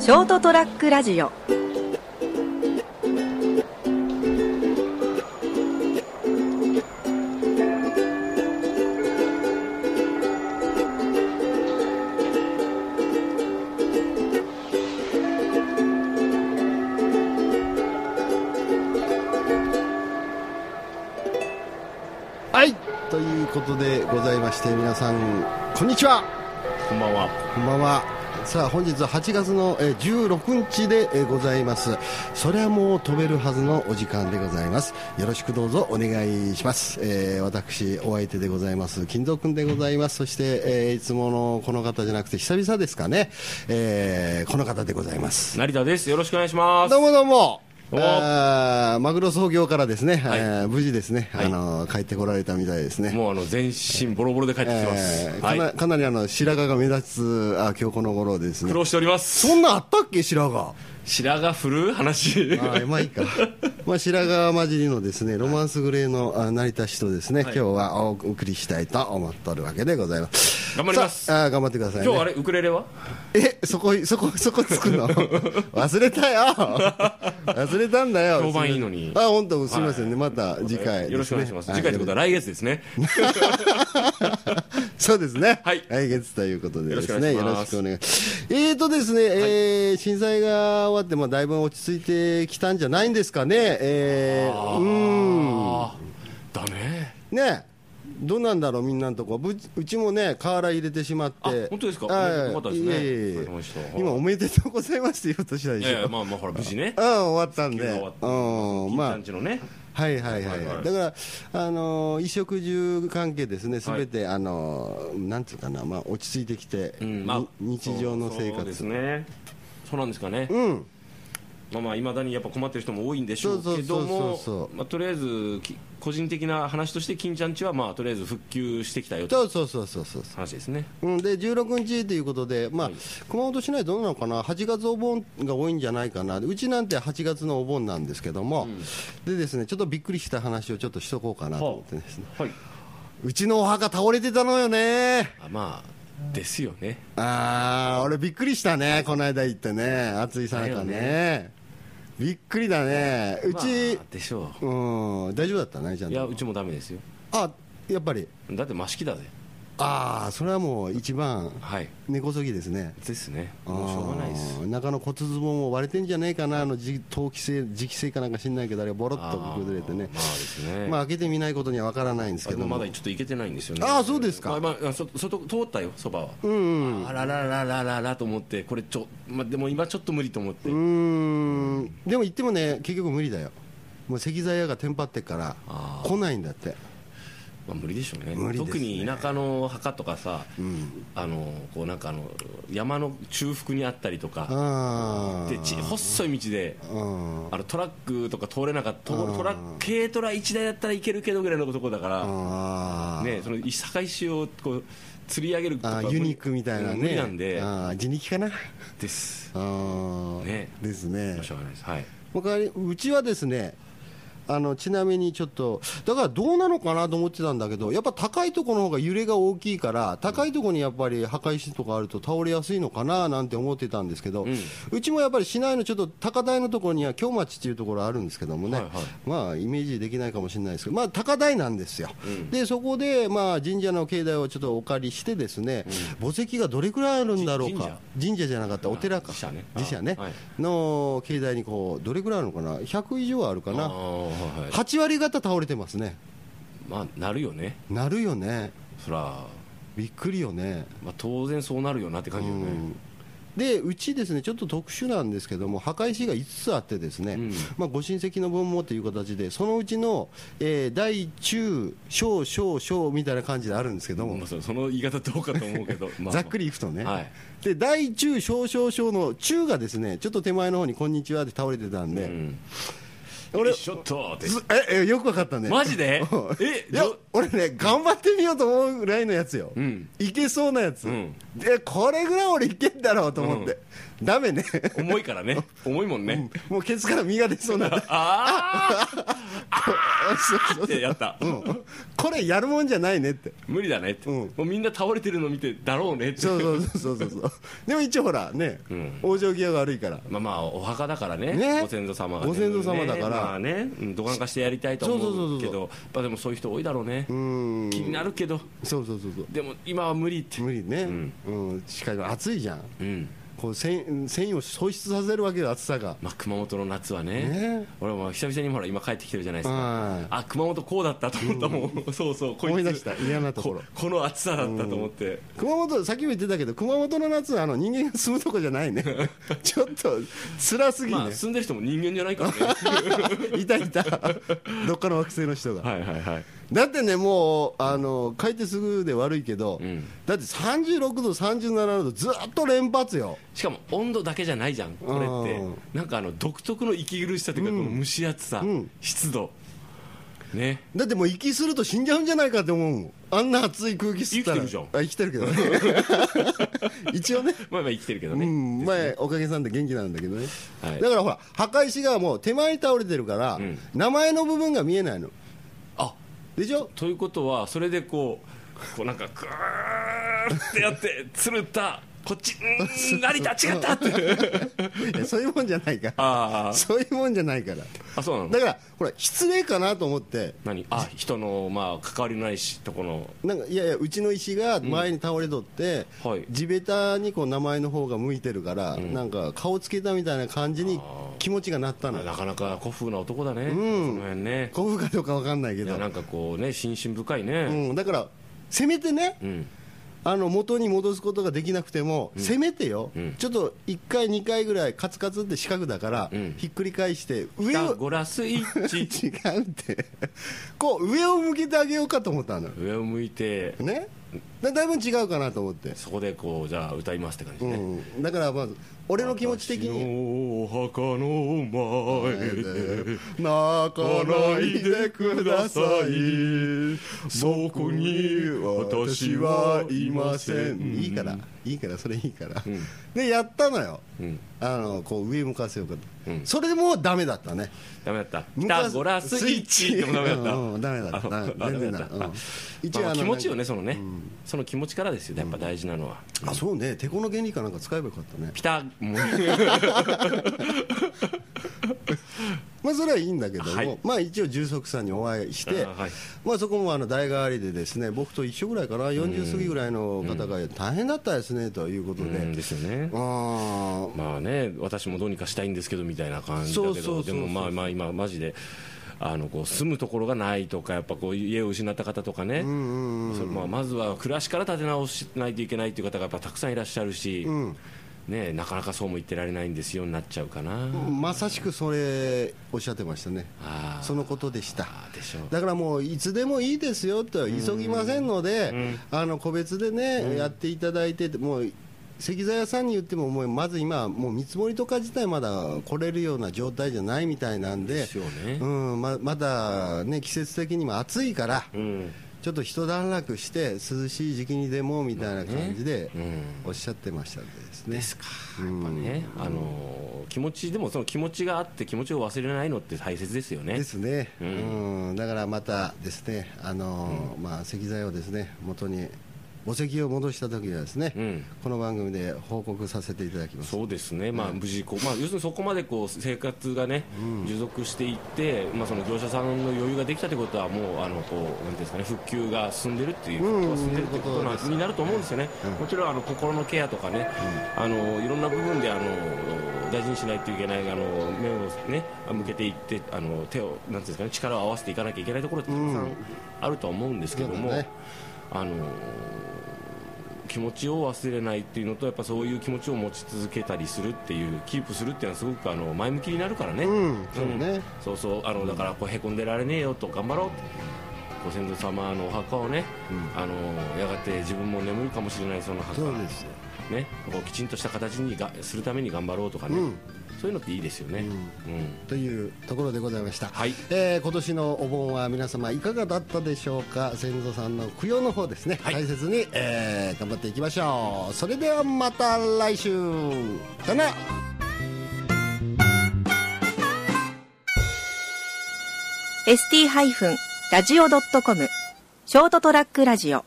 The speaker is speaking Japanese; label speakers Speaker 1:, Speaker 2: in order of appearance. Speaker 1: ショートトラックラジオ
Speaker 2: はいということでございまして皆さんこんにちは
Speaker 3: こんばんは。
Speaker 2: こんばんはさあ本日は8月のえー16日でえーございますそれはもう飛べるはずのお時間でございますよろしくどうぞお願いします、えー私お相手でございます金蔵君でございますそして、えーいつものこの方じゃなくて久々ですかね、えーこの方でございます
Speaker 3: 成田です。よろしくお願いします。
Speaker 2: どうもどうも。
Speaker 3: どうも
Speaker 2: あーマグロ創業からですね、
Speaker 3: い
Speaker 2: えー無事ですね、あのー帰ってこられたみたいですね。
Speaker 3: もうあの全身ボロボロで帰ってきてます。
Speaker 2: えー
Speaker 3: は
Speaker 2: かな、
Speaker 3: い。
Speaker 2: かなりあの白髪が目立つあ今日この頃です
Speaker 3: 苦
Speaker 2: ね。
Speaker 3: 労しております。
Speaker 2: そんなんあったっけ白 髪。あ
Speaker 3: 白髪振る話。
Speaker 2: ーまあいいか。 まあ白髪混じりのですねロマンスグレーのあ成田氏とですね、
Speaker 3: い
Speaker 2: 今日はお送りしたいと思っとるわけでございます。
Speaker 3: 頑張ります
Speaker 2: さああー頑張ってください、ね。
Speaker 3: 今日あれウクレレは？
Speaker 2: えそこそこそこつ くの忘れたよ忘れたんだよ
Speaker 3: 評判いいのに
Speaker 2: あ本当すみませんね、また次回、
Speaker 3: よろしくお願いします。次回ってことは
Speaker 2: は
Speaker 3: 来月ですね。
Speaker 2: いそうですね
Speaker 3: はい
Speaker 2: 来月ということでですね
Speaker 3: よ
Speaker 2: よ
Speaker 3: ろ
Speaker 2: ろ
Speaker 3: し
Speaker 2: し
Speaker 3: く
Speaker 2: く
Speaker 3: お
Speaker 2: お願いえーとですね、えー震災が終わってまあだいぶ落ち着いてきたんじゃないんですかねえーうーん
Speaker 3: ああ、だね。
Speaker 2: ねどうなんだろうみんなのとこぶうちもね瓦入れてしまって
Speaker 3: あ本当ですか
Speaker 2: はい
Speaker 3: よかったですね
Speaker 2: いえいえい
Speaker 3: わ
Speaker 2: え
Speaker 3: かりました
Speaker 2: 今おめでとうございますって言おうとしたで
Speaker 3: い
Speaker 2: しょ
Speaker 3: やいやまあまあほら無事ね。
Speaker 2: うん、終わったん
Speaker 3: 急
Speaker 2: で、
Speaker 3: が終わった
Speaker 2: うん、まあ
Speaker 3: 金ちゃん、ちのね。
Speaker 2: はいはいはい、
Speaker 3: はいはい
Speaker 2: だから、あのー衣食住関係ですね、すべて、あのーなんていうかな、まあ、落ち着いてきて、
Speaker 3: うんまあ
Speaker 2: に日常の生
Speaker 3: そう
Speaker 2: 活
Speaker 3: ですね。そうなんですかね。
Speaker 2: うん、
Speaker 3: まあまあ未だにやっぱ困ってる人も多いんでしょうけど
Speaker 2: そうそ
Speaker 3: も
Speaker 2: うそうそう、
Speaker 3: まあとりあえずき個人的な話として金ちゃんちはまあとりあえず復旧してきたよという
Speaker 2: そうそうそうそうそうそ
Speaker 3: 話ですね。
Speaker 2: う、うん、で16日ということで、まあ熊本市内、どうなのかな、8月お盆が多いんじゃないかな、でうちなんて8月のお盆なんですけども、でですねちょっとびっくりした話をちょっとしとこうかなと思ってですね、
Speaker 3: はい。
Speaker 2: うちのお墓、倒れてたのよね。
Speaker 3: あまあですよね。
Speaker 2: あー俺びっくりしたねこの間行ってね暑いさなか
Speaker 3: だよ
Speaker 2: ねびっくりだねうち
Speaker 3: まあ、でしょ
Speaker 2: うん大丈夫だったねちゃ
Speaker 3: うんいや
Speaker 2: と
Speaker 3: うちもダメですよ
Speaker 2: あやっぱり
Speaker 3: だってマシキだぜ
Speaker 2: ああそれはもう一番
Speaker 3: はい
Speaker 2: 根こそぎですね
Speaker 3: ですねもうしょうがないです
Speaker 2: あー中の骨壺も割れてんじゃねえかなあのじ陶器製磁器製かなんか知んないけどあれボロっと崩れてね
Speaker 3: あーまあですね
Speaker 2: まあ開けてみないことにはわからないんですけ
Speaker 3: で
Speaker 2: ど
Speaker 3: も
Speaker 2: も
Speaker 3: まだちょっと行けてないんですよね
Speaker 2: あーそうですか
Speaker 3: まあ、まあ、そ外通ったよそばは
Speaker 2: うんうん
Speaker 3: あららららららと思ってこれちょ、まあ、でも今ちょっと無理と思って、
Speaker 2: うーんでも行ってもね結局無理だよもう石材屋がテンパってっから
Speaker 3: あー
Speaker 2: 来ないんだって
Speaker 3: まあ、無理でしょうね
Speaker 2: 無理ですね
Speaker 3: 特に田舎の墓とかさ、あのこうなんかあの山の中腹にあったりとか
Speaker 2: ああ
Speaker 3: でち細い道で
Speaker 2: うん
Speaker 3: あのトラックとか通れなかったトトラック軽トラ1台だったらいけるけどぐらいのとこだか
Speaker 2: あ
Speaker 3: ら、
Speaker 2: ー
Speaker 3: ね、その坂石をこう釣り上げると
Speaker 2: あ
Speaker 3: か
Speaker 2: ーユニークみたいなね
Speaker 3: 無理なんで
Speaker 2: あー地力かな
Speaker 3: です
Speaker 2: あー
Speaker 3: ね
Speaker 2: ですね
Speaker 3: しょうがないです、はい、
Speaker 2: おかわりうちはですねあのちなみにちょっとだからどうなのかなと思ってたんだけどやっぱ高いところの方が揺れが大きいから高いところにやっぱり墓石とかあると倒れやすいのかななんて思ってたんですけど、
Speaker 3: う
Speaker 2: うんちもやっぱり市内のちょっと高台のところには京町っていうところあるんですけどもね、
Speaker 3: はいはい
Speaker 2: まあイメージできないかもしれないですけどまあ高台なんですよ、でそこでまあ神社の境内をちょっとお借りしてですね、墓石がどれくらいあるんだろうか
Speaker 3: じ
Speaker 2: 神
Speaker 3: 神社
Speaker 2: 社じゃなかったお寺か
Speaker 3: あ自社ね
Speaker 2: 自社ね
Speaker 3: あはい
Speaker 2: の境内にこうどれぐらいあるのかな、100以上はあるか
Speaker 3: あ
Speaker 2: な、
Speaker 3: ーはいはい
Speaker 2: 8割方倒れてますね、
Speaker 3: まあ、なるよね、
Speaker 2: なるよね、
Speaker 3: そら、
Speaker 2: びっくりよね。
Speaker 3: まあ、当然そうなるよなって感じよね、
Speaker 2: うんでうちですねちょっと特殊なんですけども墓石が5つあってですね、
Speaker 3: うん
Speaker 2: まあ、ご親戚の分もという形でそのうちの、えー大中小小小みたいな感じであるんですけども、
Speaker 3: まあ、そその言い方どうかと思う けど、まあ
Speaker 2: ざっくりいくとね、
Speaker 3: はい
Speaker 2: で大中小小小の中がですねちょっと手前の方にこんにちはで倒れてたんで、
Speaker 3: うん
Speaker 2: 俺
Speaker 3: ショットって
Speaker 2: ずええよくわかったね
Speaker 3: マジで
Speaker 2: うん
Speaker 3: え
Speaker 2: いや
Speaker 3: ど
Speaker 2: 俺ね頑張ってみようと思うぐらいのやつよ、
Speaker 3: ん
Speaker 2: いけそうなやつ、
Speaker 3: ん
Speaker 2: でこれぐらい俺いけんだろうと思って、ダメね
Speaker 3: 重いからね重いもんね
Speaker 2: もうケツから身が出そうな
Speaker 3: あ
Speaker 2: そう
Speaker 3: あってやった
Speaker 2: うんこれやるもんじゃないねって
Speaker 3: 無理だねって
Speaker 2: うん
Speaker 3: もうみんな倒れてるの見てだろうねって
Speaker 2: そうそうそうそうそうでも一応ほらね、
Speaker 3: ん
Speaker 2: 往生際が悪いから
Speaker 3: まあまあお墓だからね
Speaker 2: ね
Speaker 3: ご先祖様がね
Speaker 2: ご先祖様だから
Speaker 3: まあねうんどかんかしてやりたいと
Speaker 2: そうそう
Speaker 3: 思
Speaker 2: そう
Speaker 3: う
Speaker 2: そ
Speaker 3: け
Speaker 2: う
Speaker 3: どまあでもそういう人多いだろうね
Speaker 2: うーん
Speaker 3: 気になるけど
Speaker 2: そうそうそうそう
Speaker 3: でも今は無理って
Speaker 2: 無理ね、
Speaker 3: うん
Speaker 2: うん、しかも暑いじゃん
Speaker 3: うん
Speaker 2: こう繊繊維を喪失させるわけよ暑さが
Speaker 3: まあ、熊本の夏はね
Speaker 2: ね
Speaker 3: 俺も久々にほら今帰ってきてるじゃないです
Speaker 2: は
Speaker 3: か
Speaker 2: い
Speaker 3: あ熊本こうだったと思ったもん、そうそうこいつ
Speaker 2: 思い出した嫌なところ
Speaker 3: ここの暑さだったと思って、
Speaker 2: 熊本さっきも言ってたけど熊本の夏はあの人間が住むとこじゃ ないねちょっと辛すぎね、
Speaker 3: まあ住んでる人も人間じゃないから ね
Speaker 2: いた いたどっかの惑星の人が、
Speaker 3: はいはいはい
Speaker 2: だってねもうあの帰ってすぐで悪いけど、
Speaker 3: ん
Speaker 2: だって36度37度ずっと連発よ
Speaker 3: しかも温度だけじゃないじゃんこれって
Speaker 2: うん
Speaker 3: なんかあの独特の息苦しさというか、この蒸し暑さ、
Speaker 2: うん
Speaker 3: 湿度ね
Speaker 2: だってもう息すると死んじゃうんじゃないかって思うもんあんな熱い空気吸ったら
Speaker 3: 生きてるじゃん
Speaker 2: あ生きてるけどね 一応ね
Speaker 3: まあまあ生きてるけど
Speaker 2: う
Speaker 3: ね、
Speaker 2: ん、前おかげさんで元気なんだけどね、
Speaker 3: はい
Speaker 2: だからほら墓石がもう手前に倒れてるから、
Speaker 3: ん
Speaker 2: 名前の部分が見えないの
Speaker 3: あ
Speaker 2: でし ょ
Speaker 3: ということはそれでこうこうなんかグーってやって鶴田こっちうーん成田違ったって
Speaker 2: いやそういうもんじゃないから
Speaker 3: あー
Speaker 2: そういうもんじゃないから
Speaker 3: あそうなの
Speaker 2: だからほら失礼かなと思って
Speaker 3: 何あ人のまあ関わりのないしとこの
Speaker 2: なんかいやいやうちの石が前に倒れとって、
Speaker 3: うんはい
Speaker 2: 地べたにこう名前の方が向いてるから、なんか顔つけたみたいな感じに気持ちがなったの
Speaker 3: なかなか古風な男だね、その辺ね
Speaker 2: 古風かどうかわかんないけ
Speaker 3: い
Speaker 2: ど
Speaker 3: やなんかこうね心身深いね
Speaker 2: うん、だからせめてね、
Speaker 3: うん、
Speaker 2: あの元に戻すことができなくても、せめてよ、
Speaker 3: ん
Speaker 2: ちょっと1回、2回ぐらい、カツカツって四角だから、
Speaker 3: うん
Speaker 2: ひっくり返して、
Speaker 3: ピ
Speaker 2: 上
Speaker 3: タ
Speaker 2: を、
Speaker 3: ゴラスイッチ
Speaker 2: 違うって、こう、上を向けてあげようかと思ったの、
Speaker 3: 上を向いて
Speaker 2: ね、だだいぶ違うかなと思って、
Speaker 3: そこでこうじゃあ歌いますって感じ
Speaker 2: う
Speaker 3: ね、
Speaker 2: ん、だからまず、俺の気持ち的に、
Speaker 3: にお墓の前で
Speaker 2: 泣かないでください、そこに私はいません、いいから、いいから、それいいから、で、やったのよ。
Speaker 3: うん
Speaker 2: あのこう上向かせようかと、
Speaker 3: うん
Speaker 2: それでもうダメだったね
Speaker 3: ダメだったピ
Speaker 2: 向か
Speaker 3: タゴラスイッチでもダメだった、
Speaker 2: うんうんダメだったダメ
Speaker 3: あ
Speaker 2: 全然ダメ
Speaker 3: ダメだった
Speaker 2: うん
Speaker 3: 一応、まあ
Speaker 2: あの
Speaker 3: 気持ちよねそのね、
Speaker 2: ん
Speaker 3: その気持ちからですよやっぱ大事なのは、
Speaker 2: あそうねてこの原理かなんか使えばよかったね
Speaker 3: ピタもう
Speaker 2: まあそれはいいんだけども、
Speaker 3: はい
Speaker 2: まあ一応重足さんにお会いして
Speaker 3: あはい
Speaker 2: まあそこもあの代替わりでですね僕と一緒ぐらいかな40過ぎぐらいの方が大変だったですねということで、
Speaker 3: うんですよね
Speaker 2: あ
Speaker 3: まあね私もどうにかしたいんですけどみたいな感じだけ
Speaker 2: そ
Speaker 3: ど
Speaker 2: うそうそうそう
Speaker 3: でもまあまあ今マジであのこう住むところがないとかやっぱこう家を失った方とか
Speaker 2: あ
Speaker 3: ね、
Speaker 2: うんうん
Speaker 3: それまあまずは暮らしから立て直しないといけないという方がやっぱたくさんいらっしゃるし、
Speaker 2: ん
Speaker 3: ね、なかなかそうも言ってられないんですよになっちゃうかな、
Speaker 2: まさしくそれおっしゃってましたね
Speaker 3: あー
Speaker 2: そのことでした
Speaker 3: あーでしょう
Speaker 2: だからもういつでもいいですよと急ぎませんので、あの個別でね、やっていただいてもう石材屋さんに言ってももうまず今もう見積もりとか自体まだ来れるような状態じゃないみたいなんで
Speaker 3: でしょうね
Speaker 2: うん、ままだね季節的にも暑いから、
Speaker 3: うん
Speaker 2: ちょっと一段落して涼しい時期にでもみたいな感じで
Speaker 3: うん
Speaker 2: おっしゃってましたんでですね。
Speaker 3: ですか、やっぱね、あの気持ち、でもその気持ちがあって、気持ちを忘れないのって大切ですよね
Speaker 2: で、すね、う、
Speaker 3: うん
Speaker 2: だからまたですね、あのーまあ、石材をですね元に墓石を戻した時にはですね、
Speaker 3: うん
Speaker 2: この番組で報告させていただきます。
Speaker 3: そうですね、まあ、無事こう、まあ、要するにそこまでこう生活がね、持続していって、まあ、その業者さんの余裕ができたということは、もうあのこうなんていうんですかね、復旧が進んでるっていう、
Speaker 2: うん
Speaker 3: 復旧が進んでるっていうこと
Speaker 2: そう
Speaker 3: な
Speaker 2: です
Speaker 3: になると思うんですよね、もちろんあの心のケアとかね、あのいろんな部分であの大事にしないといけない、あの目を、ね、向けていって、あの手をなんていうんですかね、力を合わせていかなきゃいけないところってたくさんあるとは思うんですけども。
Speaker 2: そうだね
Speaker 3: あの気持ちを忘れないっていうのとやっぱそういう気持ちを持ち続けたりするっていうキープするっていうのはすごくあの前向きになるからね、
Speaker 2: うんそうね
Speaker 3: そうそうあのだからこうへこんでられねえよと頑張ろうってご先祖様のお墓をね、
Speaker 2: うん
Speaker 3: あのやがて自分も眠るかもしれないその墓
Speaker 2: そうですよ
Speaker 3: ね、こうきちんとした形にがするために頑張ろうとかね、
Speaker 2: うん
Speaker 3: そういうのっていいですよね、うん
Speaker 2: というところでございました、
Speaker 3: はい
Speaker 2: えー今年のお盆は皆様いかがだったでしょうか先祖さんの供養の方ですね、
Speaker 3: はい
Speaker 2: 大切に、えー頑張っていきましょうそれではまた来週さよなら
Speaker 1: ー ST-radio.com ショートトラックラジオ